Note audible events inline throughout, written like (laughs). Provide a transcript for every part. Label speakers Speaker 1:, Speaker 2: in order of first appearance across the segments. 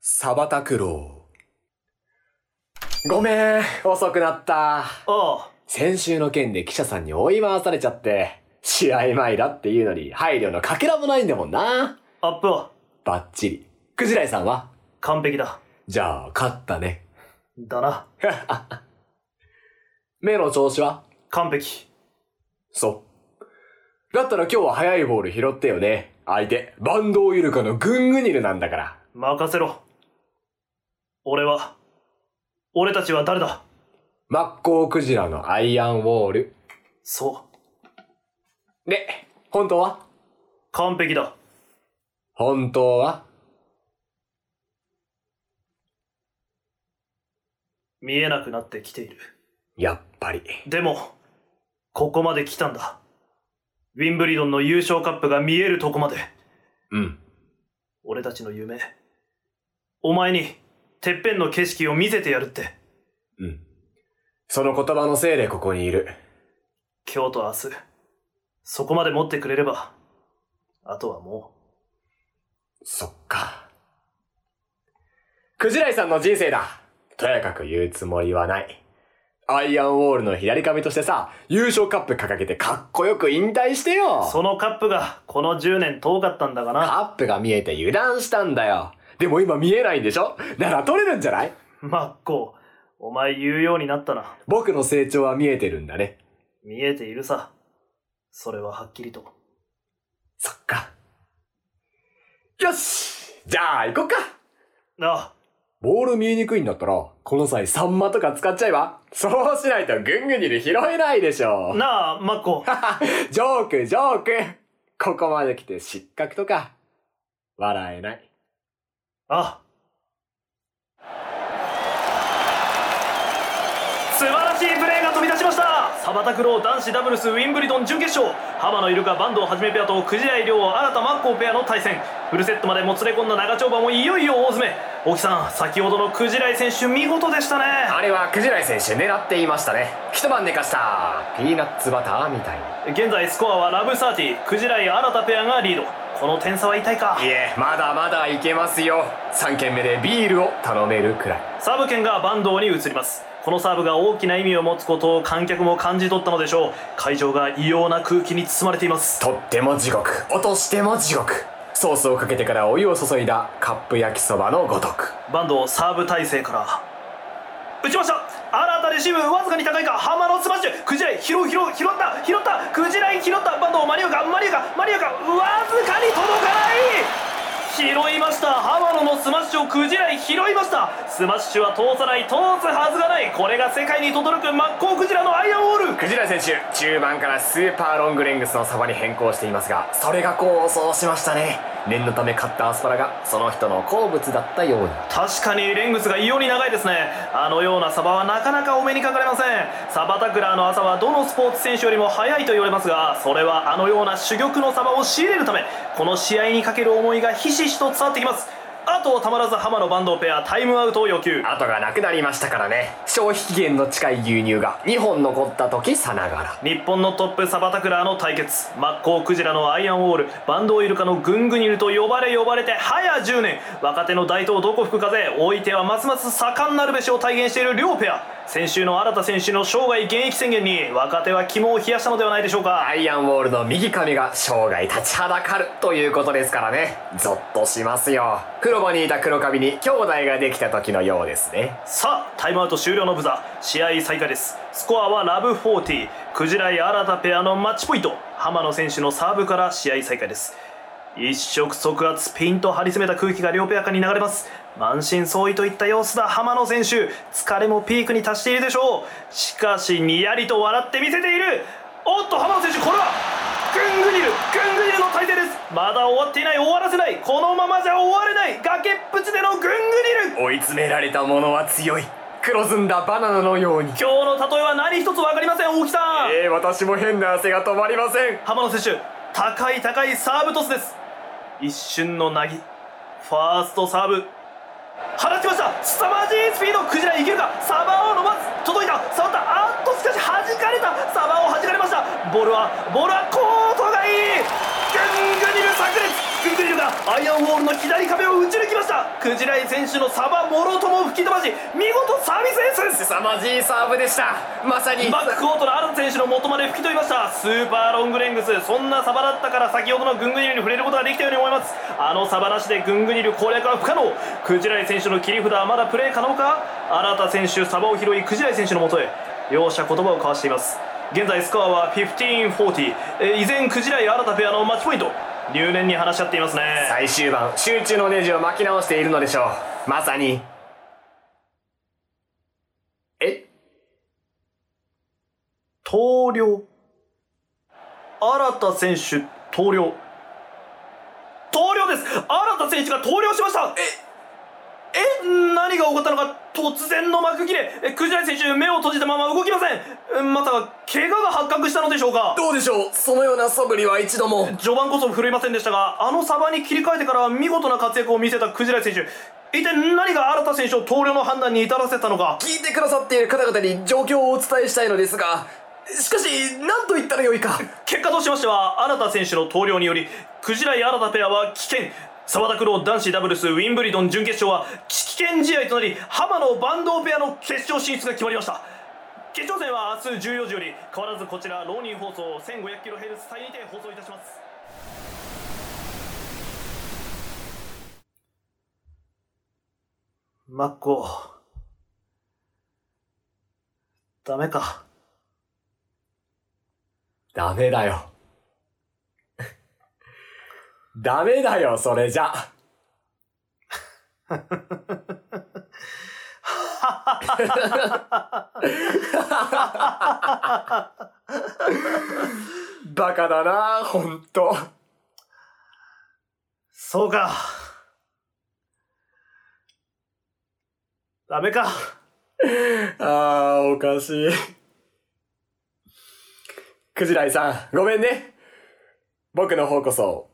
Speaker 1: サバタクロウ。ごめん、遅くなった。
Speaker 2: あ
Speaker 1: 先週の件で記者さんに追い回されちゃって、試合前だっていうのに配慮のかけらもないんだもんな。
Speaker 2: あ、アップは
Speaker 1: バッチリ。クジライさんは
Speaker 2: 完璧だ。
Speaker 1: じゃあ、勝ったね。 (laughs)
Speaker 2: だな。
Speaker 1: 目の調子は
Speaker 2: 完璧。
Speaker 1: そう。だったら今日は速いボール拾ってよね。相手、バンドウイルカのグングニルなんだから。
Speaker 2: 任せろ。俺は、俺たちは誰だ
Speaker 1: マッコウクジラのアイアンウォール。
Speaker 2: そう。
Speaker 1: で、本当は
Speaker 2: 完璧だ。
Speaker 1: 本当は
Speaker 2: 見えなくなってきている。
Speaker 1: やっぱり。
Speaker 2: でも、ここまで来たんだ。ウィンブリドンの優勝カップが見えるとこまで。
Speaker 1: うん。
Speaker 2: 俺たちの夢。お前に、てっぺんの景色を見せてやるって。
Speaker 1: うん。その言葉のせいでここにいる。
Speaker 2: 今日と明日。そこまで持ってくれれば、あとはも
Speaker 1: そっか。クジライさんの人生だ。とやかく言うつもりはない。アイアンウォールの左髪としてさ、優勝カップ掲げてかっこよく引退してよ
Speaker 2: う。。そのカップが、この10年遠かったんだがな。
Speaker 1: カップが見えて油断したんだよ。でも今見えないんでしょなら取れるんじゃない
Speaker 2: 真っ向。お前言うようになったな。
Speaker 1: 僕の成長は見えてるんだね。
Speaker 2: 見えているさ。それははっきりと。
Speaker 1: そっか。よしじゃあ行こっか
Speaker 2: ああ、
Speaker 1: ボール見えにくいんだったら、この際サンマとか使っちゃえばそうしないとぐんぐんにる拾えないでしょ。 (laughs)
Speaker 2: なあ、真っ向。
Speaker 1: ジョーク、ジョークここまで来て失格とか。笑えない。
Speaker 2: あ素晴らしいプレーが飛び出しましたサバタクロー男子ダブルスウィンブリドン準決勝浜野イルカ坂東はじめペアとクジラ井亮新田真っ向ペアの対戦フルセットまでもつれ込んだ長丁場もいよいよ大詰め沖さん先ほどのクジラ井選手見事でしたね
Speaker 1: あれはクジライ選手狙っていましたね。一晩寝かした。ピーナッツバターみたいに。
Speaker 2: 現在スコアはラブサーティクジラ井新田ペアがリードこの点差は痛いか
Speaker 1: いえ、まだまだいけますよ。3軒目でビールを頼めるくらい。
Speaker 2: サーブ権が坂東に移りますこのサーブが大きな意味を持つことを観客も感じ取ったのでしょう会場が異様な空気に包まれています
Speaker 1: とっても地獄、落としても地獄。ソースをかけてからお湯を注いだカップ焼きそばのごとく。
Speaker 2: 坂東サーブ体勢から打ちました新たレシーブわずかに高いかハマのスマッシュクジライ拾う拾う拾った拾ったクジライ拾った坂東マリオカマリオカマリオカわずかに届かない拾いました浜野のスマッシュをクジライ拾いましたスマッシュは通さない通すはずがないこれが世界に轟く真っ向クジラのアイアンウォール
Speaker 1: クジラ選手、中盤からスーパーロングレングスのサバに変更していますが、それが功を奏しましたね。念のため買ったアスパラが、その人の好物だったように。
Speaker 2: 確かにレングスが異様に長いですねあのようなサバはなかなかお目にかかれませんサバタクラーの朝はどのスポーツ選手よりも早いと言われますがそれはあのような珠玉のサバを仕入れるためこの試合にかける思いがひしひしと伝わってきますあとたまらず浜野バンドペアタイムアウトを要求
Speaker 1: 後がなくなりましたからね。消費期限の近い牛乳が2本残った時さながら。
Speaker 2: 日本のトップサバタクラーの対決真っ向クジラのアイアンウォールバンドウイルカのグングニルと呼ばれ呼ばれて早10年若手の大東どこ吹く風おいてはますます盛んなるべしを体現している両ペア先週の新田選手の生涯現役宣言に若手は肝を冷やしたのではないでしょうか
Speaker 1: アイアンウォールの右髪が生涯立ちはだかるということですからね。ゾッとしますよ。風呂場にいた黒髪に兄弟ができた時のようですね。
Speaker 2: さあタイムアウト終了のブザ試合再開ですスコアはラブ40クジラ井新田ペアのマッチポイント浜野選手のサーブから試合再開です一触即発ピンと張り詰めた空気が両ペア間に流れます満身創痍といった様子だ浜野選手疲れもピークに達しているでしょうしかしにやりと笑って見せているおっと浜野選手これはグングニルグングニルの体勢ですまだ終わっていない終わらせないこのままじゃ終われない崖っぷちでのグングニル
Speaker 1: 追い詰められた者は強い。黒ずんだバナナのように。
Speaker 2: 今日の例えは何一つ分かりません大木さん、
Speaker 1: ええ私も変な汗が止まりません。
Speaker 2: 浜野選手高い高いサーブトスです一瞬のなぎファーストサーブ放ちました凄まじいスピードクジラいけるかサバを伸ばす届いた触ったあっとしかし弾かれたサバを弾かれましたボールはボールはコートがいいぐんぐにる炸裂
Speaker 1: 鋭いのがアイアンウォールの左壁を打ち抜きましたクジライ選手のサバもろとも吹き飛ばし見事サービスエース
Speaker 3: 凄まじいサーブでしたまさに
Speaker 1: バックコートのアラン選手の元まで吹き飛びましたスーパーロングレングスそんなサバだったから先ほどのグングニルに触れることができたように思いますあのサバなしでグングニル攻略は不可能クジライ選手の切り札はまだプレー可能か新田選手サバを拾いクジライ選手のもとへ両者言葉を交わしています現在スコアは1540、えー依然クジライ新田ペアのマッチポイント入念に話し合っていますね
Speaker 3: 最終盤集中のネジを巻き直しているのでしょうまさにえ
Speaker 1: 投了新田選手投了投了です新田選手が投了しましたええ何が起こったのか突然の幕切れえクジライ選手目を閉じたまま動きませんえまさか怪我が発覚したのでしょうか
Speaker 3: どうでしょうそのような素振りは一度も
Speaker 1: 序盤こそ振るいませんでしたがあのサバに切り替えてから見事な活躍を見せたクジライ選手一体何が新田選手を投了の判断に至らせたのか
Speaker 3: 聞いてくださっている方々に状況をお伝えしたいのですがしかし何と言ったらよいか
Speaker 1: 結果としましては新田選手の投了によりクジライ新田ペアは棄権澤田九郎男子ダブルスウィンブリドン準決勝は棄権試合となり浜野坂東ペアの決勝進出が決まりました決勝戦は明日14時より変わらずこちら浪人放送 1500kHz 帯にて放送いたしますマッコダメか
Speaker 3: ダメだよ (laughs) ダメだよそれじゃ (laughs) バカだなほんと
Speaker 1: そうか。ダメか。
Speaker 3: (laughs) あー、おかしい。クジライさん、ごめんね。僕の方こそ、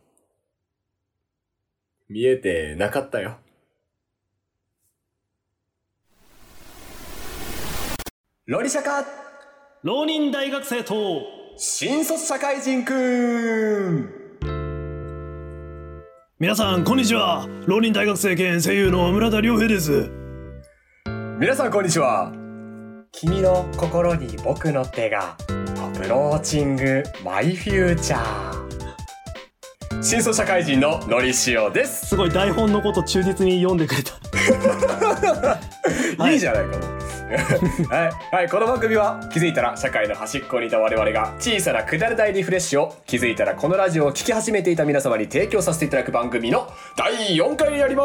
Speaker 3: 見えてなかったよ。ロリシャカ、
Speaker 1: 浪人大学生と、
Speaker 3: 新卒社会人くん
Speaker 1: 皆さん、こんにちは。浪人大学生兼声優の村田亮平です。
Speaker 3: 皆さん、こんにちは。君の心に僕の手が、アプローチングマイフューチャー。新卒社会人のロリシオです。
Speaker 1: すごい台本のこと忠実に読んでくれた。はいい
Speaker 3: いじゃないかも。 (laughs) はい、はい、この番組は気づいたら社会の端っこにいた我々が小さなくだらないリフレッシュを気づいたらこのラジオを聞き始めていた皆様に提供させていただく番組の第4回になりま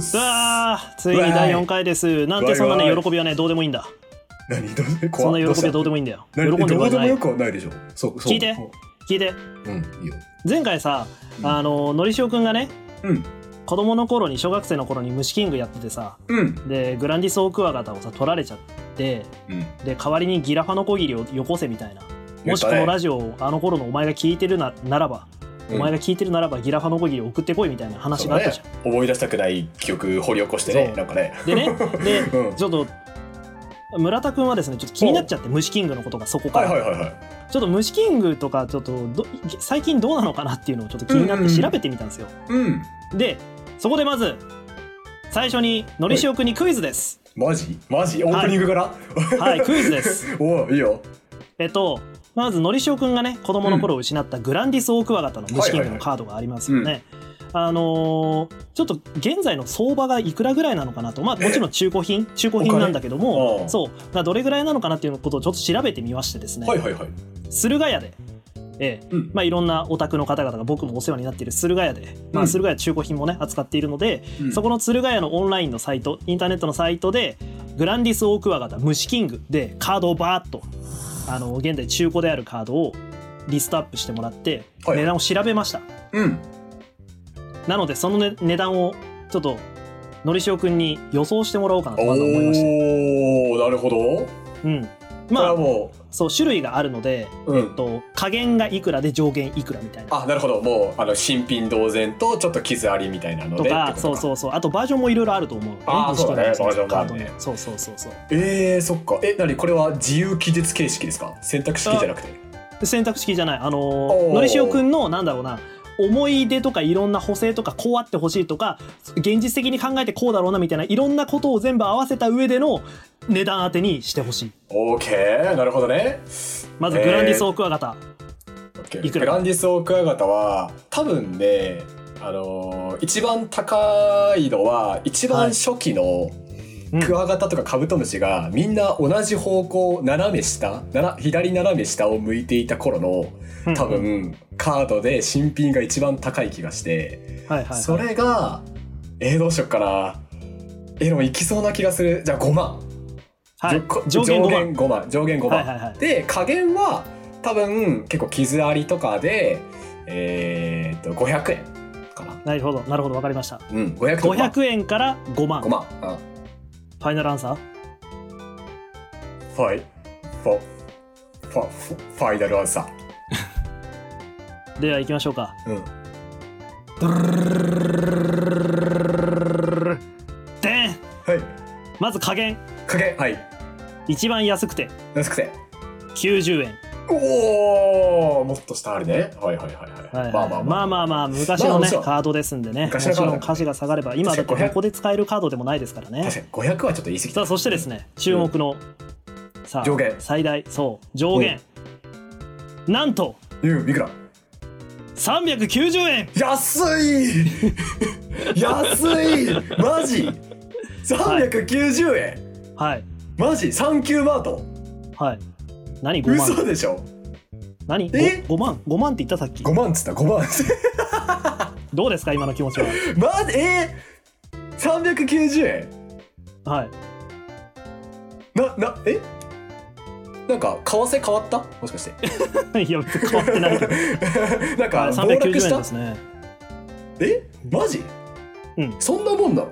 Speaker 3: す
Speaker 2: あついに第4回です。なんてそんな
Speaker 3: わい
Speaker 2: ね
Speaker 3: わい
Speaker 2: 喜びはねどうでもいいんだ。
Speaker 3: 何どうして
Speaker 2: そん
Speaker 3: 怖
Speaker 2: な
Speaker 3: っどう
Speaker 2: 喜び
Speaker 3: した
Speaker 2: はどうでもいいんだよ。喜ん
Speaker 3: 何
Speaker 2: でる
Speaker 3: ど
Speaker 2: 場合
Speaker 3: う
Speaker 2: じゃ
Speaker 3: でも
Speaker 2: ない
Speaker 3: よ。くはないでしょそうそう
Speaker 2: 聞いて聞いて
Speaker 3: うんいいよ
Speaker 2: 前回さあののりしおくんがね
Speaker 3: うん
Speaker 2: 子供の頃に小学生の頃に虫キングやっててさ
Speaker 3: うん
Speaker 2: でグランディスオオクワガタをさ取られちゃって
Speaker 3: うん
Speaker 2: で代わりにギラファノコギリをよこせみたいな。もしこの
Speaker 3: 言ったね
Speaker 2: ラジオをあの頃のお前が聞いてるなならば、
Speaker 3: うん
Speaker 2: お前が聞いてるならばギラファノコギリを送ってこいみたいな話があったじゃん。
Speaker 3: そうだね思い出したくない記憶掘り起こしてね
Speaker 2: そう
Speaker 3: なんかね
Speaker 2: でね、で、
Speaker 3: (laughs) うん
Speaker 2: ちょっと村田君はですね、ちょっと気になっちゃって、虫キングのことがそこか
Speaker 3: はい
Speaker 2: ら、
Speaker 3: はいはいはい
Speaker 2: ちょっと虫キングとか、ちょっとど最近どうなのかなっていうのをちょっと気になっ
Speaker 3: う
Speaker 2: て
Speaker 3: んうんうん
Speaker 2: 調べてみたんですよ。
Speaker 3: うん
Speaker 2: で、そこでまず、最初にのりしおくんにクイズ
Speaker 3: (laughs)
Speaker 2: です。
Speaker 3: マジマジオープニングから、
Speaker 2: はい、クイズです。
Speaker 3: おういいよ
Speaker 2: えっと、まずのりしおくんがね、子供の頃失ったグランディスオオクワガタの虫キングのカードがありますよ
Speaker 3: はいは
Speaker 2: ね。あのーちょっと現在の相場がいくらぐらいなのかなと、まあ、もちろん中古品中古
Speaker 3: お
Speaker 2: 品
Speaker 3: 金
Speaker 2: なんだけど
Speaker 3: ああ
Speaker 2: もそうがどれぐらいなのかなっていうことをちょっと調べてみましてですね、
Speaker 3: はいはいはい
Speaker 2: 駿河屋で、ええ
Speaker 3: うん
Speaker 2: まあ、いろんなお宅の方々が僕もお世話になっている駿河屋で、ま
Speaker 3: う
Speaker 2: あ、
Speaker 3: ん
Speaker 2: 駿河屋中古品もね扱っているので、
Speaker 3: うん
Speaker 2: そこの駿河屋のオンラインのサイトインターネットのサイトでグランディスオオクワガタ虫キングでカードをバーッとあの現在中古であるカードをリストアップしてもらって
Speaker 3: はい
Speaker 2: 値段を調べました、
Speaker 3: うん
Speaker 2: なのでその、ね、値段をちょっとのりしおくんに予想してもらおうかなとまず思いまし
Speaker 3: おおなるほど
Speaker 2: た、うん、
Speaker 3: これ
Speaker 2: ま
Speaker 3: は
Speaker 2: あ
Speaker 3: も
Speaker 2: そう種類があるので、
Speaker 3: う、う
Speaker 2: えっ
Speaker 3: ん、
Speaker 2: と、加減がいくらで上限いくらみたいな
Speaker 3: あなるほどもうあの新品同然とちょっと傷ありみたいなの
Speaker 2: と
Speaker 3: で
Speaker 2: かそう
Speaker 3: う
Speaker 2: そうそうあとバージョンもいろいろあると思うのね
Speaker 3: あーそうだね
Speaker 2: 虫とかカ
Speaker 3: バー
Speaker 2: ー
Speaker 3: ジ
Speaker 2: ド
Speaker 3: ョンもあるね
Speaker 2: ねそうそうそうそう
Speaker 3: えー、そっかえなにこれは自由記述形式ですか選択式じゃなくて
Speaker 2: で選択式じゃないあの
Speaker 3: おー
Speaker 2: ーのりしおくんのなんだろうな思い出とかいろんな補正とかこうあってほしいとか現実的に考えてこうだろうなみたいないろんなことを全部合わせた上での値段当てにしてほしい
Speaker 3: オーケーなるほどね
Speaker 2: まずグランディスオークワガタ、いくら
Speaker 3: グランディスオークワガタは多分ねあのー一番高いのは一
Speaker 2: は
Speaker 3: 番
Speaker 2: い
Speaker 3: 初期の
Speaker 2: うん
Speaker 3: クワガタとかカブトムシがみんな同じ方向斜め下なら左斜め下を向いていた頃の
Speaker 2: うん
Speaker 3: 多分カードで新品が一番高い気がして
Speaker 2: はいはい
Speaker 3: それがえーどうしよっかなえーでもいきそうな気がするじゃあ5万
Speaker 2: はい
Speaker 3: じょこ
Speaker 2: 上限5万
Speaker 3: 上限5万上
Speaker 2: は
Speaker 3: 限5万
Speaker 2: いはいはい
Speaker 3: で加減は多分結構傷ありとかでえーっと500円かな
Speaker 2: なるほどなるほどわかりました
Speaker 3: うん500とか
Speaker 2: 500円から5万
Speaker 3: 5万うん
Speaker 2: ファイナルアンサー
Speaker 3: ファイファファファファイナルアンサ
Speaker 2: では行きましょうか
Speaker 3: ーうん
Speaker 2: でん
Speaker 3: はい
Speaker 2: まず加減
Speaker 3: 加減はい
Speaker 2: 一番安くて
Speaker 3: 安くて
Speaker 2: 90円、
Speaker 3: おおもっと下あるねはいはいはいはい、
Speaker 2: はいはい
Speaker 3: まあま
Speaker 2: まあ
Speaker 3: あまあ
Speaker 2: まあまあ昔の
Speaker 3: まあも
Speaker 2: ね、
Speaker 3: ちろん
Speaker 2: カードですんでねも
Speaker 3: 昔
Speaker 2: ち
Speaker 3: のカード
Speaker 2: ろん価値が下がれば今だと
Speaker 3: 確かに500
Speaker 2: ここで使えるカードでもないですからね
Speaker 3: 確かに500はちょっと言い過ぎ
Speaker 2: さあそしてですね注目の、さあ
Speaker 3: 上限
Speaker 2: 最大そう上限、なんと
Speaker 3: うんいくら
Speaker 2: 390円
Speaker 3: 安
Speaker 2: (laughs)
Speaker 3: い安いマジ390円、
Speaker 2: はい
Speaker 3: マジサンキューマート
Speaker 2: はい何5
Speaker 3: 嘘
Speaker 2: 万
Speaker 3: でしょ
Speaker 2: 何
Speaker 3: え
Speaker 2: 5, 5万5万って言ったさっき
Speaker 3: 5万っつった5万 (laughs)
Speaker 2: どうですか今の気持ちは
Speaker 3: マジえー、390円
Speaker 2: はい (laughs)
Speaker 3: ななえなんか為替変わったもしかして (laughs)
Speaker 2: いや別に変わってないけど、
Speaker 3: なん
Speaker 2: は
Speaker 3: か
Speaker 2: い、
Speaker 3: 暴落
Speaker 2: 390
Speaker 3: し
Speaker 2: 円
Speaker 3: た
Speaker 2: ですね
Speaker 3: えマジ
Speaker 2: うん
Speaker 3: そんなもんなの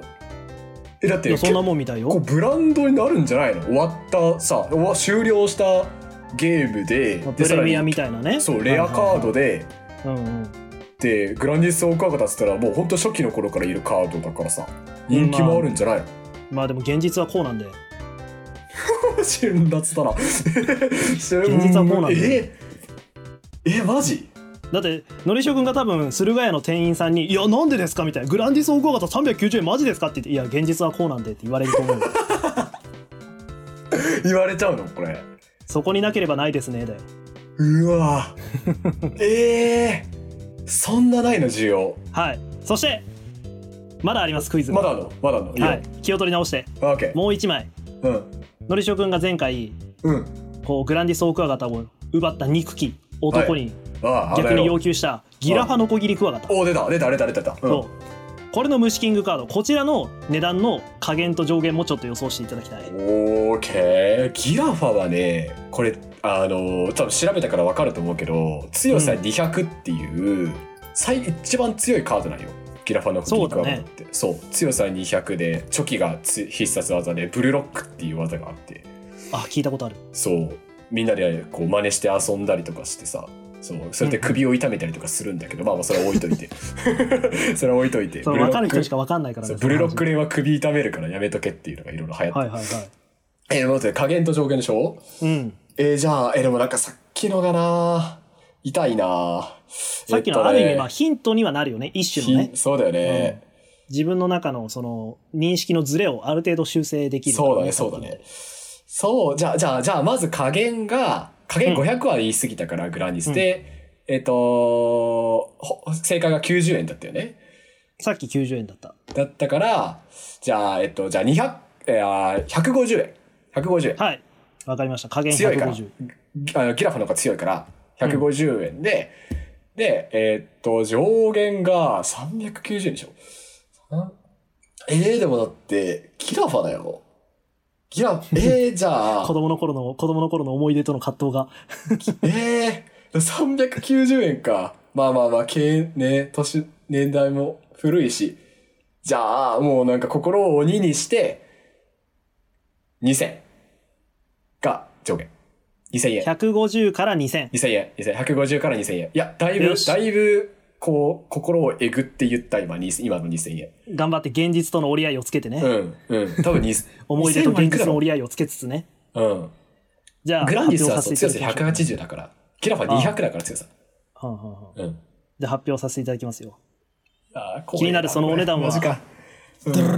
Speaker 3: えだっ
Speaker 2: い
Speaker 3: て
Speaker 2: やそんなもんみたい
Speaker 3: こう
Speaker 2: よ
Speaker 3: ブランドになるんじゃないの終わったさ終わ終了したゲームで
Speaker 2: まあ
Speaker 3: で
Speaker 2: プレミアみ
Speaker 3: さ
Speaker 2: たいな
Speaker 3: ら
Speaker 2: ね
Speaker 3: にそうレアカード
Speaker 2: で、
Speaker 3: で、
Speaker 2: はいはいはいうんうん、
Speaker 3: でグランディスオオクワガタっつったらもうほんと初期の頃からいるカードだからさ人気もあるんじゃないの、
Speaker 2: まあでも現実はこうなんで
Speaker 3: (laughs) 旬だっつったら現
Speaker 2: 実はこうなんだよ
Speaker 3: ええマジ
Speaker 2: だってのりしおくんが多分駿河屋の店員さんに「いやなんでですか?」みたいな「グランディスオークワガタ390円マジですか?」って言って「いや現実はこうなんで」って言われると思うよ (laughs)
Speaker 3: 言われちゃうのこれ
Speaker 2: そこになければないですねだよ
Speaker 3: う
Speaker 2: (laughs)
Speaker 3: わえー、そんなないの需要
Speaker 2: はいそしてまだありますクイズ
Speaker 3: まだあんのまだあんのいいよ、
Speaker 2: はい、気を取り直して
Speaker 3: オッケ
Speaker 2: もう一枚
Speaker 3: ーうん
Speaker 2: のりしおくんが前回
Speaker 3: うん
Speaker 2: こうグランディスオークワガタを奪った憎き男に
Speaker 3: あああ
Speaker 2: 逆に
Speaker 3: の野
Speaker 2: 要
Speaker 3: 郎
Speaker 2: 求したギラファノコギリクワガタ
Speaker 3: お出た出た出た出た出た、うん、
Speaker 2: そうこれの虫キングカードこちらの値段の加減と上限もちょっと予想していただきたい
Speaker 3: オーケーギラファはねこれあの多分調べたから分かると思うけど強さ200っていう、最一番強いカードなんよギラファの
Speaker 2: そう
Speaker 3: ー
Speaker 2: だ
Speaker 3: ク
Speaker 2: ね
Speaker 3: ワガタってそう,、強さ200でチョキがつ必殺技でブルロックっていう技があって
Speaker 2: あ聞いたことある
Speaker 3: そうみんなでこう真似して遊んだりとかしてさそうそれで首を痛めたりとかするんだけど、まあまあそれは置いとい
Speaker 2: (laughs)
Speaker 3: てそれは置いといて
Speaker 2: そ
Speaker 3: ブ
Speaker 2: れ分
Speaker 3: ルロ
Speaker 2: かる
Speaker 3: ッ
Speaker 2: 人
Speaker 3: ク
Speaker 2: しか分かんないから
Speaker 3: そ
Speaker 2: ね
Speaker 3: うブルロッ
Speaker 2: そ
Speaker 3: ク
Speaker 2: の
Speaker 3: 連は首痛めるからやめとけっていうのがいろいろ流行っ
Speaker 2: 話はい
Speaker 3: て、
Speaker 2: はいはい
Speaker 3: えー待って加減と上限でしょ
Speaker 2: うん
Speaker 3: えー、じゃあ、えーでもなんかさっきのがな痛いなさ
Speaker 2: さっきのある意味まあヒントにはなるよね一種のね
Speaker 3: そうだよね、
Speaker 2: 自分の中のその認識のズレをある程度修正できる
Speaker 3: そうだね、そうだね。そう、じゃあ、じゃあ、じゃあ、まず加減が、加減
Speaker 2: うん
Speaker 3: 500は言い過ぎたから、グラニスで、えっ、とほ正解が90円だったよね。
Speaker 2: さっき90円だった
Speaker 3: だったから、じゃあ、えっ、と、じゃあ200、えーあー、150円。150円。
Speaker 2: はい分かりました加減
Speaker 3: 強いから
Speaker 2: 150
Speaker 3: あのギラファの方が強いから150円で、でえーっと上限が390円でしょさんえー、でもだってギラファだよギラえー、じ (laughs) ゃあ
Speaker 2: 子供の頃の子供の頃の思い出との葛藤が
Speaker 3: えー、390円かまあまあまあ経ね年年代も古いしじゃあもうなんか心を鬼にして2000が上限2000円
Speaker 2: 150から2000
Speaker 3: 2000円、2000円、150から2000円。いや、だいぶ
Speaker 2: よ、し
Speaker 3: だいぶ、こう、心をえぐって言った今、2000今の2000円。
Speaker 2: 頑張って現実との折り合いをつけてね、
Speaker 3: うん、うん。多分2000
Speaker 2: 思い出と現実の
Speaker 3: の
Speaker 2: 折り合いをつけつつね
Speaker 3: うん。
Speaker 2: じゃあ
Speaker 3: グランディスは
Speaker 2: 発表さ
Speaker 3: そう強
Speaker 2: せて
Speaker 3: さ
Speaker 2: いただきましょう
Speaker 3: 180だから、キラファ200だから強さ。
Speaker 2: はんはんはん
Speaker 3: うん。
Speaker 2: で発表させていただきますよ。
Speaker 3: あー
Speaker 2: 気になるそのお値段は
Speaker 3: 怖いな
Speaker 2: で
Speaker 3: こ
Speaker 2: ん
Speaker 3: れマ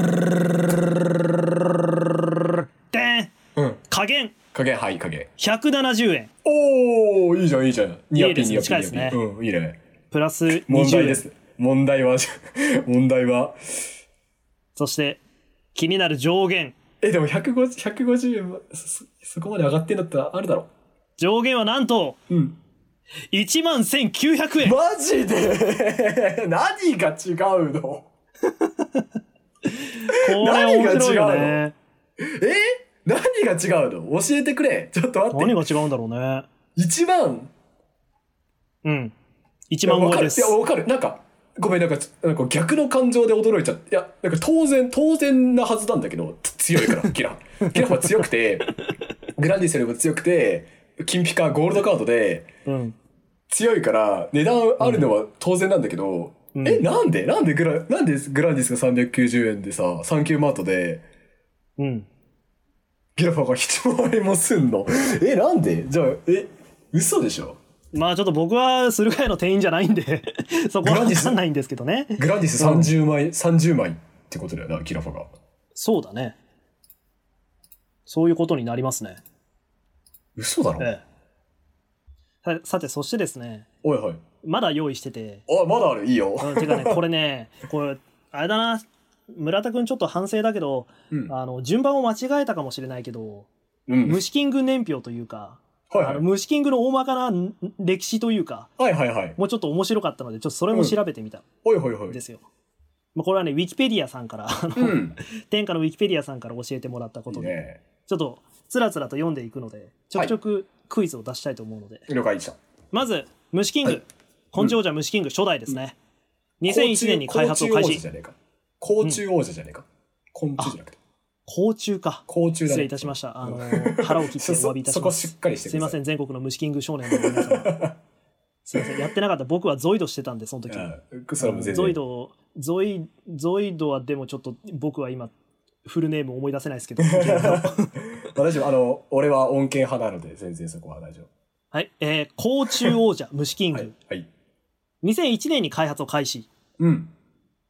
Speaker 3: ジか。うん。
Speaker 2: 加減
Speaker 3: 影、はい、影。
Speaker 2: 170円
Speaker 3: おー、いいじゃん、いいじゃん。ニア
Speaker 2: い
Speaker 3: ピ
Speaker 2: いで
Speaker 3: ン、
Speaker 2: す
Speaker 3: ニ
Speaker 2: ね
Speaker 3: アピ
Speaker 2: 近い
Speaker 3: ン、
Speaker 2: で
Speaker 3: ニ
Speaker 2: す
Speaker 3: ア
Speaker 2: ね
Speaker 3: ピン。うん、いいね。
Speaker 2: プラス20円
Speaker 3: 問題です。問題は、 (laughs) 問題は。
Speaker 2: そして気になる上限
Speaker 3: え、でも150、150円は、そ、そこまで上がってんだったらあるだろ
Speaker 2: 上限はなんと
Speaker 3: う。うん。
Speaker 2: 1万1900円
Speaker 3: マジで (laughs) 何が違うの
Speaker 2: これ面白いよね
Speaker 3: え何が違うの教えてくれ。ちょっと待って
Speaker 2: 何。が違うんだろうね
Speaker 3: 1万
Speaker 2: うん1
Speaker 3: いや
Speaker 2: 万超
Speaker 3: わか
Speaker 2: え
Speaker 3: る
Speaker 2: です
Speaker 3: いや、わかる。なんか、ごめん、なんか、なんか逆の感情で驚いちゃって。いや、なんか当然、当然なはずなんだけど、つ強いから、 (laughs) キラ。キラは強くて、グランディスよりも強くて、金ピカ、ゴールドカードで、
Speaker 2: うん
Speaker 3: 強いから、値段あるのは当然なんだけど、
Speaker 2: うん
Speaker 3: え、なんでなんでグラ、なんでグランディスが390円でさ、サンキューマートで、
Speaker 2: うん
Speaker 3: ギラファが1万円もすんのえ、なんでじゃあ、え、嘘でしょ
Speaker 2: まあちょっと僕は駿河屋の店員じゃないんで (laughs) そこは分かんないんですけどね
Speaker 3: グランディス30枚、30枚ってことだよな、ギラファが。
Speaker 2: そうだねそういうことになりますね
Speaker 3: 嘘だろ、
Speaker 2: ええささてそしてですね
Speaker 3: おいはい。
Speaker 2: まだ用意してて
Speaker 3: あ、まだある、いいよ。
Speaker 2: うんてかね、これね、これ、あれだな、村田くんちょっと反省だけど、
Speaker 3: うん
Speaker 2: あの、順番を間違えたかもしれないけど、
Speaker 3: うん。
Speaker 2: 虫キング年表というか、
Speaker 3: はい
Speaker 2: あ
Speaker 3: はい
Speaker 2: の。虫キングの大まかなん歴史というか、
Speaker 3: はいはいはい。
Speaker 2: もうちょっと面白かったので、ちょっとそれも調べてみた
Speaker 3: おいはいはい
Speaker 2: んで。すよ。まあこれはね、ウィキペディアさんから、あの
Speaker 3: うん。
Speaker 2: 天下のウィキペディアさんから教えてもらったこ
Speaker 3: いい
Speaker 2: とで、
Speaker 3: ね。
Speaker 2: ちょっとつらつらと読んでいくので、ちょくちょくクイズを出したいと思うので、
Speaker 3: 了解でした。
Speaker 2: まず、虫キング、
Speaker 3: はい
Speaker 2: 根性王者虫キング初代ですね。2001年に開発を開
Speaker 3: 甲虫
Speaker 2: 始
Speaker 3: 王者じ。ゃねえか。甲虫王者じゃねえか。昆虫じゃなくて。
Speaker 2: 甲虫か。
Speaker 3: 甲虫だね。
Speaker 2: 失礼いたしました。あのー腹を切って
Speaker 3: そ
Speaker 2: お詫びいた
Speaker 3: そ
Speaker 2: し
Speaker 3: そこ
Speaker 2: ま
Speaker 3: し
Speaker 2: す。
Speaker 3: っかりして
Speaker 2: すいませ
Speaker 3: ん。
Speaker 2: ん、全国の虫キング少年の皆様。
Speaker 3: (laughs)
Speaker 2: すいません、やってなかった。僕はゾイドしてたんで、その時。
Speaker 3: うん、それはもう全然。
Speaker 2: ゾイド、ゾイ、ゾイドはでもちょっと僕は今、フルネーム思い出せないです
Speaker 3: (laughs)
Speaker 2: けど。
Speaker 3: 私も、あの、俺は恩恵派なので、全然そこは大丈夫。
Speaker 2: はい。えー、甲虫王者虫キング、
Speaker 3: はい。はい。
Speaker 2: 2001年に開発を開始。
Speaker 3: うん。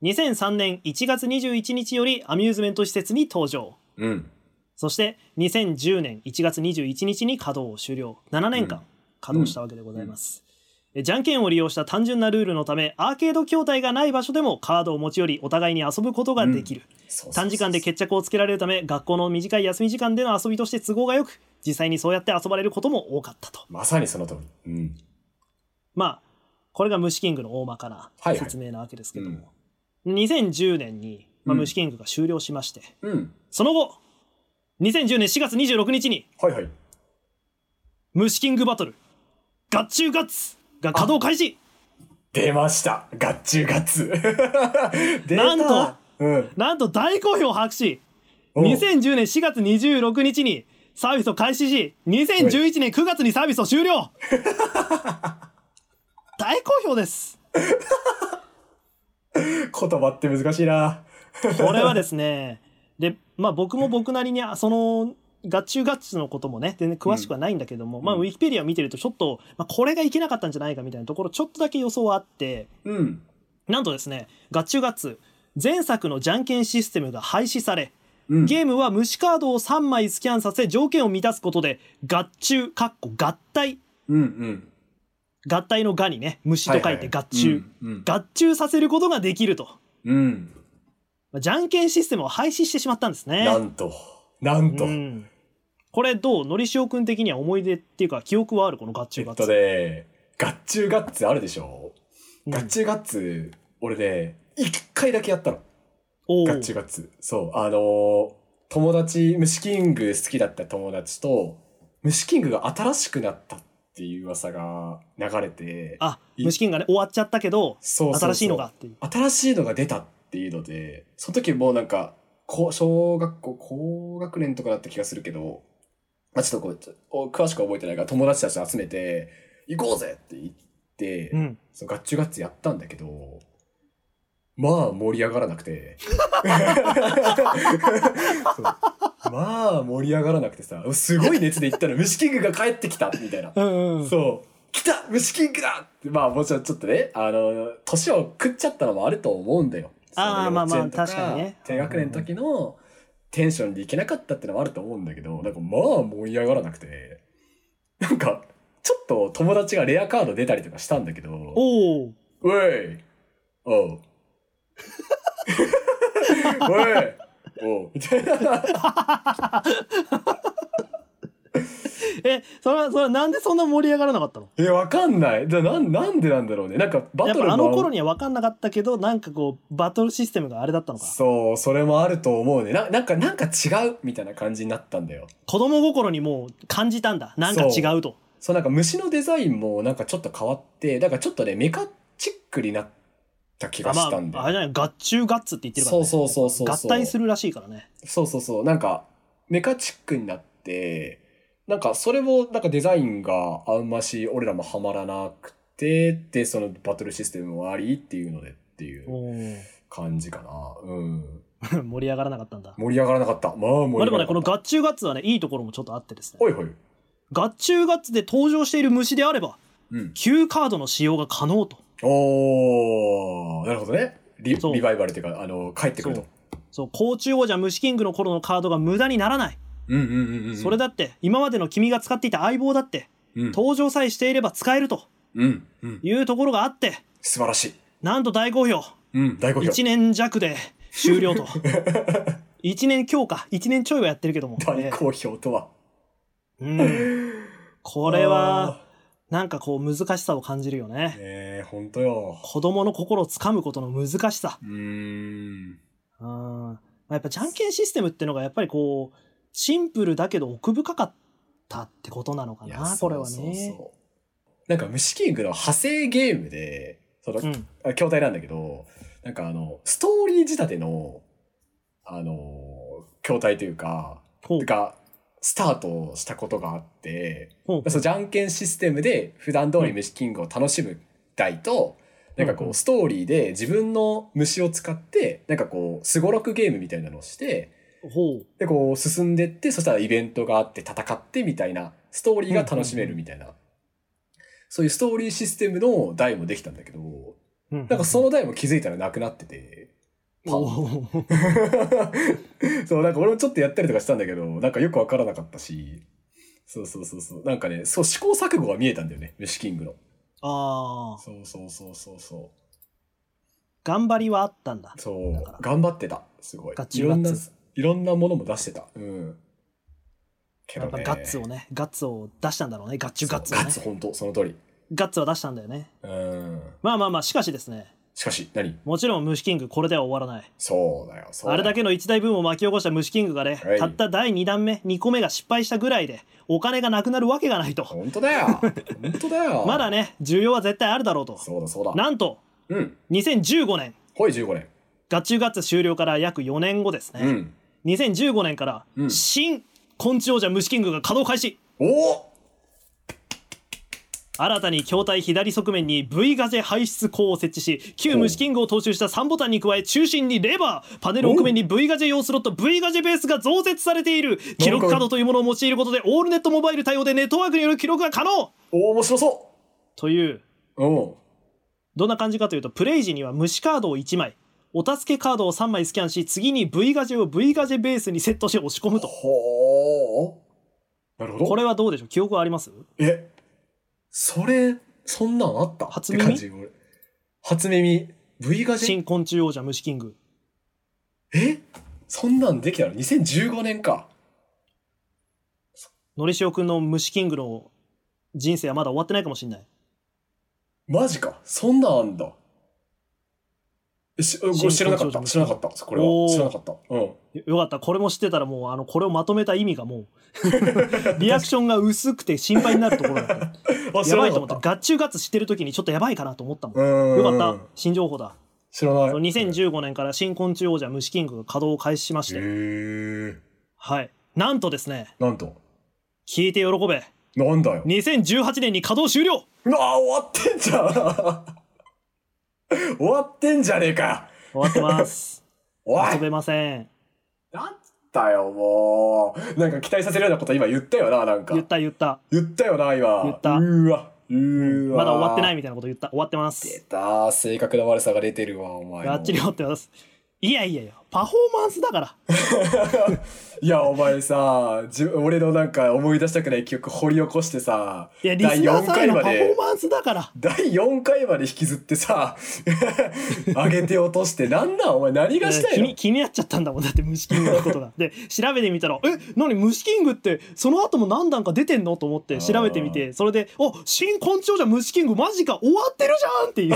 Speaker 2: 2003年1月21日よりアミューズメント施設に登場。
Speaker 3: うん。
Speaker 2: そして2010年1月21日に稼働を終了7年間稼働したわけでございます、えじゃんけんを利用した単純なルールのためアーケード筐体がない場所でもカードを持ち寄りお互いに遊ぶことができる、
Speaker 3: そうそうそう
Speaker 2: 短時間で決着をつけられるため学校の短い休み時間での遊びとして都合がよく実際にそうやって遊ばれることも多かったと
Speaker 3: まさにその通り。うん。
Speaker 2: まあこれが虫キングの大まかな
Speaker 3: はいはい
Speaker 2: 説明なわけですけども、2010年に、まあ、虫キングが終了しまして、
Speaker 3: うん。
Speaker 2: その後2010年4月26日に
Speaker 3: はいはい。
Speaker 2: 虫キングバトルガッチューガッツが稼働開始
Speaker 3: 出ました。ガッチュガッツ。出た
Speaker 2: (laughs) なんと
Speaker 3: うん。
Speaker 2: なんと大好評博士
Speaker 3: おう
Speaker 2: 2010年4月26日にサービスを開始し2011年9月にサービスを終
Speaker 3: (laughs)
Speaker 2: 了大好評です
Speaker 3: 言葉って難しいな。
Speaker 2: これはですねでまあ僕も僕なりにあそのガッチューガッツのこともね全然詳しくはないんだけども、まあウィキペディアを見てるとちょっと、まあ、これがいけなかったんじゃないかみたいなところちょっとだけ予想はあって
Speaker 3: うん。
Speaker 2: なんとですね、ガッチュガッツ、前作のじゃんけんシステムが廃止され、
Speaker 3: うん
Speaker 2: ゲームは虫カードを3枚スキャンさせ、条件を満たすことで、合中、かっこ合体、
Speaker 3: うんうん。
Speaker 2: 合体のガにね、虫と書いて合中、
Speaker 3: うん
Speaker 2: 合中させることができると。
Speaker 3: うん。
Speaker 2: まあじゃんけんシステムを廃止してしまったんですね。
Speaker 3: なんと。なんと。
Speaker 2: うんこれどうのりしおくん的には思い出っていうか、記憶はあるこの合
Speaker 3: え
Speaker 2: 中ガ
Speaker 3: っ
Speaker 2: ッツ。
Speaker 3: とね、ガッチュガッツあるでしょ、
Speaker 2: うん
Speaker 3: ガッチュガッツ、俺ね、一回だけやったの。
Speaker 2: お
Speaker 3: ガッチュ
Speaker 2: ー
Speaker 3: ガッツ。そう、あのー友達、虫キング好きだった友達と、虫キングが新しくなったっていう噂が流れて、
Speaker 2: あ、虫キングがね、終わっちゃったけど、
Speaker 3: そうそうそ
Speaker 2: 新
Speaker 3: う
Speaker 2: しいのがっていう。
Speaker 3: 新しいのが出たっていうので、その時もうなんか、こう小学校、高学年とかだった気がするけど、まあ、ちょっとこうちょお、詳しくは覚えてないから友達たち集めて、行こうぜって言って、
Speaker 2: うん。
Speaker 3: そうガッチュガッツやったんだけど、まあ盛り上がらなくて。そうまあ盛り上がらなくてさ、すごい熱で行ったら虫キングが帰ってきたみたいな。
Speaker 2: うんうん。
Speaker 3: そ来た虫キングだって、まあもちろんちょっとね、あの、年を食っちゃったのもあると思うんだよ。
Speaker 2: あー
Speaker 3: その
Speaker 2: まあまあ
Speaker 3: 幼稚園と
Speaker 2: 確かにね
Speaker 3: 低学年の時のテンションでいけなかったってのもあると思うんだけど、なんかまあ盛り上がらなくて、なんか、ちょっと友達がレアカード出たりとかしたんだけど、お
Speaker 2: おお
Speaker 3: うい (laughs) おう。おいおうみたいな。
Speaker 2: えそれはそれはなんでそんな盛り上がらなかったの
Speaker 3: え、わかん (laughs) ない。だなんなんでなんだろうね。なんかバ
Speaker 2: や
Speaker 3: ト
Speaker 2: っ
Speaker 3: ル
Speaker 2: ぱあの
Speaker 3: も
Speaker 2: 頃には分かんなかったけどなんかこうバトルシステムがあれだったのか
Speaker 3: そう、それもあると思うね。ななんか、なんか違うみたいな感じになったんだよ。
Speaker 2: 子供心にもう感じたんだなんか違うと
Speaker 3: そう、なんか虫のデザインもなんかちょっと変わって、なんかちょっとね、メカチックになった気が
Speaker 2: あま
Speaker 3: したんだよ。
Speaker 2: ああれじゃない合中ガッツって言ってるから、ね、
Speaker 3: そうそうそうそうそう
Speaker 2: 合体するらしいからね
Speaker 3: そうそうそう。なんか、メカチックになって、なんか、それも、なんかデザインがあんまし、俺らもハマらなくて、で、そのバトルシステムもありっていうのでっていう
Speaker 2: おー
Speaker 3: 感じかな。うん。
Speaker 2: (laughs) 盛り上がらなかったんだ
Speaker 3: 盛り上がらなかった。まあ、盛り
Speaker 2: まあ
Speaker 3: 上
Speaker 2: でも
Speaker 3: がらな
Speaker 2: ね
Speaker 3: か
Speaker 2: こ
Speaker 3: った。
Speaker 2: の合中ガッツはねいいところもちょっとあってですね
Speaker 3: ほいほい。
Speaker 2: 合中ガッツで登場している虫であれば
Speaker 3: うん。
Speaker 2: 旧カードの使用が可能と
Speaker 3: おー、なるほどね。リ
Speaker 2: そう
Speaker 3: リバイバルっていうか、あの、帰ってくると。
Speaker 2: そう甲虫王者虫キングの頃のカードが無駄にならない、
Speaker 3: うんうんうんうん。
Speaker 2: それだって今までの君が使っていた相棒だって
Speaker 3: うん、
Speaker 2: 登場さえしていれば使えると
Speaker 3: うん、うん。
Speaker 2: いうところがあって
Speaker 3: 素晴らしい。
Speaker 2: なんと大好評
Speaker 3: うん、大好評。
Speaker 2: 1年弱で終了と1年強か1年ちょいはやってるけども、
Speaker 3: 大好評とは。
Speaker 2: うん、これはなんかこう難しさを感じるよ
Speaker 3: あー。
Speaker 2: ね
Speaker 3: ねえ、ほんとよ。
Speaker 2: 子供の心をつかむことの難しさ
Speaker 3: うーん。
Speaker 2: うんまあやっぱじゃんけんシステムってのがやっぱりこうシンプルだけど奥深かったってことなのか
Speaker 3: いや
Speaker 2: な
Speaker 3: そ
Speaker 2: こ
Speaker 3: う
Speaker 2: れは
Speaker 3: そう
Speaker 2: ね
Speaker 3: そうなんか、虫キングの派生ゲームで、その、
Speaker 2: うん
Speaker 3: あ筐体なんだけど、なんかあの、ストーリー仕立ての、あの、筐体というか、
Speaker 2: ほう
Speaker 3: が、スタートしたことがあって、
Speaker 2: ほう
Speaker 3: そうじゃんけんシステムで普段通り虫キングを楽しむ台と、
Speaker 2: うん
Speaker 3: なんか
Speaker 2: うん
Speaker 3: こ
Speaker 2: うん
Speaker 3: うストーリーで自分の虫を使ってなんかこうすごろくゲームみたいなのをして
Speaker 2: ほう
Speaker 3: でこう進んでってそしたらイベントがあって戦ってみたいなストーリーが楽しめるみたいな、そういうストーリーシステムの台もできたんだけど
Speaker 2: うん
Speaker 3: なんかその台も気づいたらなくなってて。パン
Speaker 2: おー
Speaker 3: (laughs) そう、なんか俺もちょっとやったりとかしたんだけど、なんかよくわからなかったし、そうそうそうそう、なんかね、そう、試行錯誤が見えたんだよね、虫キングの。
Speaker 2: あー
Speaker 3: そうそうそうそうそ
Speaker 2: 頑張りはあったんだ
Speaker 3: う。そう
Speaker 2: だから、
Speaker 3: 頑張ってた、すごい
Speaker 2: ガッ。チ
Speaker 3: い
Speaker 2: ガッ
Speaker 3: ろんな
Speaker 2: ツ、
Speaker 3: いろんなものも出してた。うん。け
Speaker 2: や
Speaker 3: ど
Speaker 2: っぱ
Speaker 3: ね。
Speaker 2: ガッツをねガッツを出したんだろうねガッチュ
Speaker 3: そう
Speaker 2: ガッツをね
Speaker 3: ガッツ、本当その通り。
Speaker 2: ガッツは出したんだよね
Speaker 3: うん。
Speaker 2: まあまあまあしかしですね
Speaker 3: しかし、何
Speaker 2: もちろん虫キングこれでは終わらない
Speaker 3: そうだよ、そう
Speaker 2: あれだ
Speaker 3: け。
Speaker 2: けの一大ブームを巻き起こした虫キングがね、
Speaker 3: はい
Speaker 2: たった第2弾目2個目が失敗したぐらいでお金がなくなるわけがないと
Speaker 3: 本当だよ。本当だ
Speaker 2: (laughs)
Speaker 3: よ。
Speaker 2: まだ。ね需要は絶対あるだろうと
Speaker 3: そうだ、そうだ。
Speaker 2: なんと
Speaker 3: うん。
Speaker 2: 2015年
Speaker 3: ほい、15年。
Speaker 2: ガチュガッツ終了から約4年後です
Speaker 3: う
Speaker 2: ね、
Speaker 3: ん。
Speaker 2: 2015年から
Speaker 3: うん
Speaker 2: 新昆虫王者虫キングが稼働開始
Speaker 3: おお
Speaker 2: 新たに筐体左側面に V ガゼ排出口を設置し旧虫キングを踏襲した3ボタンに加え中心にレバーパネル奥面に V ガゼ用スロット V ガゼベースが増設されている記録カードというものを用いることでオールネットモバイル対応でネットワークによる記録が可能
Speaker 3: お面白そ
Speaker 2: という
Speaker 3: ううん。
Speaker 2: どんな感じかというとプレイ時には虫カードを1枚お助けカードを3枚スキャンし次に V ガジェを V ガジェベースにセットして押し込むと
Speaker 3: ほーなるほど。
Speaker 2: これはどうでしょう記憶はあります
Speaker 3: え、それ、そんなんあった
Speaker 2: 初
Speaker 3: って
Speaker 2: 耳
Speaker 3: 感じ俺初耳。V ガジェ
Speaker 2: 新昆虫王者虫キング
Speaker 3: えそんなんできたの ?2015 年か。
Speaker 2: のりしおくんの虫キングの人生はまだ終わってないかもしれない
Speaker 3: マジか。そんなんあんだ。えし
Speaker 2: 新
Speaker 3: 知らなかっ
Speaker 2: 昆
Speaker 3: た。
Speaker 2: 虫
Speaker 3: 知らなかった。これ
Speaker 2: お
Speaker 3: は。
Speaker 2: ー
Speaker 3: 知らなかった。うん。
Speaker 2: よよかったこれも知ってたらもうあのこれをまとめた意味がもう
Speaker 3: (laughs)
Speaker 2: リアクションが薄くて心配になるところだった
Speaker 3: あ、知
Speaker 2: や
Speaker 3: ら
Speaker 2: ばい
Speaker 3: な
Speaker 2: と思
Speaker 3: かっ
Speaker 2: った
Speaker 3: た。
Speaker 2: ガッチュガッツ知ってる時にちょっとやばいかなと思ったもん
Speaker 3: うん。
Speaker 2: よかった。新情報だ
Speaker 3: 知らない。
Speaker 2: 2015年から新昆虫王者虫キングが稼働を開始しまし
Speaker 3: へ
Speaker 2: て
Speaker 3: ー。
Speaker 2: はい。なんとですね、
Speaker 3: なんと。
Speaker 2: 聞いて喜べ。
Speaker 3: なんだよ。
Speaker 2: 2018年に稼働終了
Speaker 3: うわあ終わってんじゃん (laughs) 終わってんじゃねえか
Speaker 2: 終わってます。
Speaker 3: おい
Speaker 2: 遊べません。
Speaker 3: なんだよ、もう。なんか期待させるようなこと今言ったよな、なんか。
Speaker 2: 言った言った。
Speaker 3: 言ったよな、今。
Speaker 2: 言った
Speaker 3: うーわ。うーわー
Speaker 2: まだ終わってないみたいなこと言った。終わってます。
Speaker 3: 出たー正確な悪さが出てるわお前の
Speaker 2: がっちり終わってます。いやいやいや、パフォーマンスだから。
Speaker 3: いやお前さ自分俺のなんか思い出したくない記憶掘り起こしてさ
Speaker 2: いや、リスナー
Speaker 3: 第四
Speaker 2: さんへ
Speaker 3: 回
Speaker 2: の
Speaker 3: ま
Speaker 2: パフォ
Speaker 3: で
Speaker 2: ーマンスだから。
Speaker 3: 第4回まで引きずってさ (laughs) 上げて落としてなんなんお前何がしたい
Speaker 2: 気
Speaker 3: の
Speaker 2: に気になっちゃったんだもんだって虫キングのこと
Speaker 3: (laughs)
Speaker 2: がで調べてみたら「え何虫キングってその後も何段か出てんの?」と思って調べてみてそれで「お新昆虫じゃ虫キングマジか終わってるじゃん!」っていう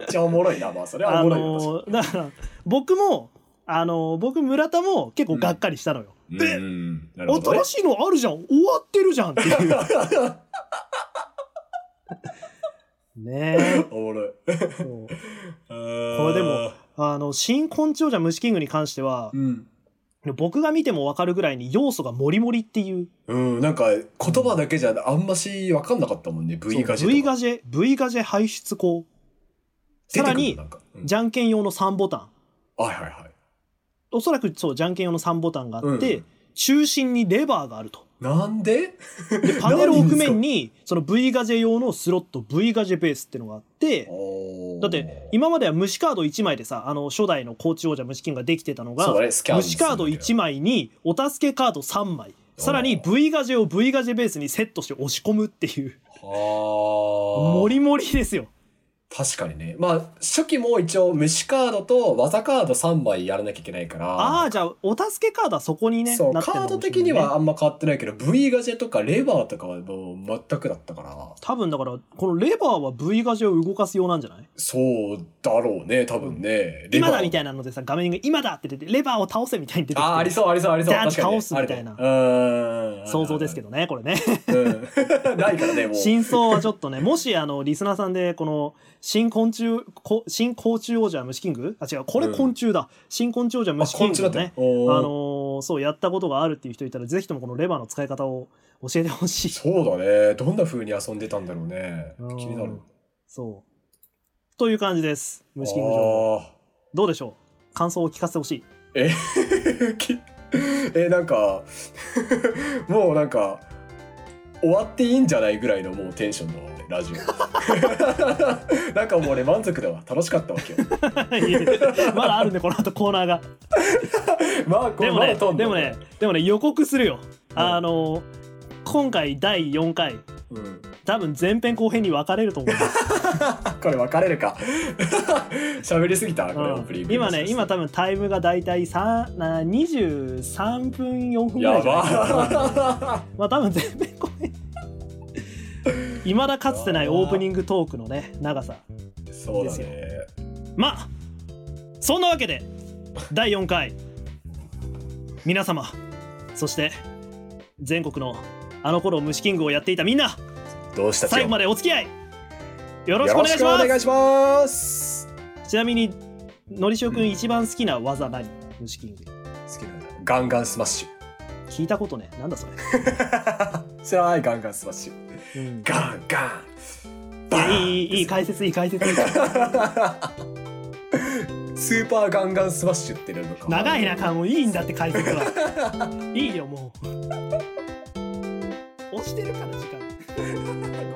Speaker 3: めっちゃおもろいな (laughs) まあそれは
Speaker 2: あ
Speaker 3: おもろいよ確か
Speaker 2: のーだから僕もあのー僕村田も結構がっかりしたのよ。
Speaker 3: に
Speaker 2: で
Speaker 3: うんなるほどね
Speaker 2: 新しいのあるじゃん終わってるじゃんっていう
Speaker 3: (laughs)
Speaker 2: ねえ
Speaker 3: おもろい
Speaker 2: そう
Speaker 3: こ
Speaker 2: れでもあの新昆虫じゃ虫キングに関しては
Speaker 3: うん、
Speaker 2: 僕が見ても分かるぐらいに要素がモリモリっていう
Speaker 3: うん、なんか言葉だけじゃあんまし分かんなかったもんね V ガジェとか
Speaker 2: V ガジェ V ガジェ排出口
Speaker 3: 出
Speaker 2: さ
Speaker 3: て
Speaker 2: ら
Speaker 3: くる
Speaker 2: に
Speaker 3: なんかうん
Speaker 2: じゃんけん用の3ボタン
Speaker 3: はいはいはい
Speaker 2: おそらくそうじゃんけん用の3ボタンがあって、
Speaker 3: うん
Speaker 2: 中心にレバーがあると
Speaker 3: なんで
Speaker 2: でパネル奥
Speaker 3: (laughs)
Speaker 2: 面にその V ガジェ用のスロット V ガジェベースっていうのがあってだって今までは虫カード1枚でさあの初代の高知王者虫キングができてたのが
Speaker 3: そうだねスキャン
Speaker 2: 虫カード1枚にお助けカード3枚さらに V ガジェを V ガジェベースにセットして押し込むっていうモ
Speaker 3: は
Speaker 2: リモリですよ
Speaker 3: 確かにねまあ初期も一応虫カードと技カード3枚やらなきゃいけないから
Speaker 2: ああーじゃあお助けカードはそこにね
Speaker 3: そう
Speaker 2: なって
Speaker 3: カ
Speaker 2: んのか
Speaker 3: ー
Speaker 2: もしれ
Speaker 3: ド
Speaker 2: ないね
Speaker 3: 的にはあんま変わってないけど V ガジェとかレバーとかはもう全くだったから
Speaker 2: 多分だからこのレバーは V ガジェを動かす用なんじゃない
Speaker 3: そうだろうね多分ね
Speaker 2: 今だみたい
Speaker 3: な
Speaker 2: なのでさ画面が今だって出てレバーを倒せみたいに出てきて
Speaker 3: あーありそうありそうありそう
Speaker 2: ジャン
Speaker 3: 確かにね
Speaker 2: 倒すみたいな
Speaker 3: あるねうん
Speaker 2: 想像ですけどねこれね
Speaker 3: (laughs) うんないからねも
Speaker 2: (laughs)
Speaker 3: う
Speaker 2: 真相はちょっとねもしあのリスナーさんでこの新昆虫こ新甲虫王者虫キングあ違うこれ昆虫だ、新昆虫王者虫キング
Speaker 3: あ
Speaker 2: の
Speaker 3: 昆虫だっ
Speaker 2: ね
Speaker 3: た
Speaker 2: あ
Speaker 3: おー
Speaker 2: のーそうやったことがあるっていう人いたらぜひともこのレバーの使い方を教えてほしい
Speaker 3: そうだねどんな風に遊んでたんだろうね
Speaker 2: うん
Speaker 3: 気になる
Speaker 2: そうという感じです虫キング情報
Speaker 3: あー
Speaker 2: どうでしょう感想を聞かせてほし
Speaker 3: (laughs)
Speaker 2: い
Speaker 3: えき (laughs) えなんかもうなんか終わっていいんじゃないぐらいのもうテンションだわ俺ラジオ (laughs) なんかもう俺満足だわ楽しかったわ今日
Speaker 2: いやいやまだあるねこの後コーナーが
Speaker 3: まあこ
Speaker 2: で
Speaker 3: れ
Speaker 2: も
Speaker 3: ま
Speaker 2: ね
Speaker 3: だ飛んだ
Speaker 2: でもねでもね予告するよ、
Speaker 3: ん
Speaker 2: あの今回第4回
Speaker 3: うん、
Speaker 2: 多分前編後編に分かれると思います、
Speaker 3: これ分かれるか (laughs) 喋りすぎた (laughs) これ、オープニン
Speaker 2: うん
Speaker 3: グ
Speaker 2: 今ね今多分タイムが大体さな23分4分ぐら
Speaker 3: や
Speaker 2: いじゃないかな
Speaker 3: ば
Speaker 2: まあ多分前編後編 (laughs) いまだかつてないオープニングトークのね長さ
Speaker 3: そうだね
Speaker 2: まあそんなわけで第4回皆様そして全国のあの頃虫キングをやっていたみんな
Speaker 3: どうした
Speaker 2: 最後ま
Speaker 3: で
Speaker 2: でお付き合いよろし
Speaker 3: よ
Speaker 2: くお
Speaker 3: ろ
Speaker 2: 願いし
Speaker 3: しくお願
Speaker 2: ま
Speaker 3: いします
Speaker 2: すちなみにのりしおくん一番好きな技何虫キング
Speaker 3: 好きなんだガンガンスマッシ
Speaker 2: 聞いたことねなんだそれ、
Speaker 3: ュ知らないガンガンスマッシュ
Speaker 2: うん
Speaker 3: ガンガン
Speaker 2: い
Speaker 3: バ
Speaker 2: や
Speaker 3: ーン
Speaker 2: いいいいいい解説いい解説
Speaker 3: スーパーガンガンスマッシュっていうのか
Speaker 2: 長いなかもういいんだって解説はいいよもう押してるから時間
Speaker 3: ごめん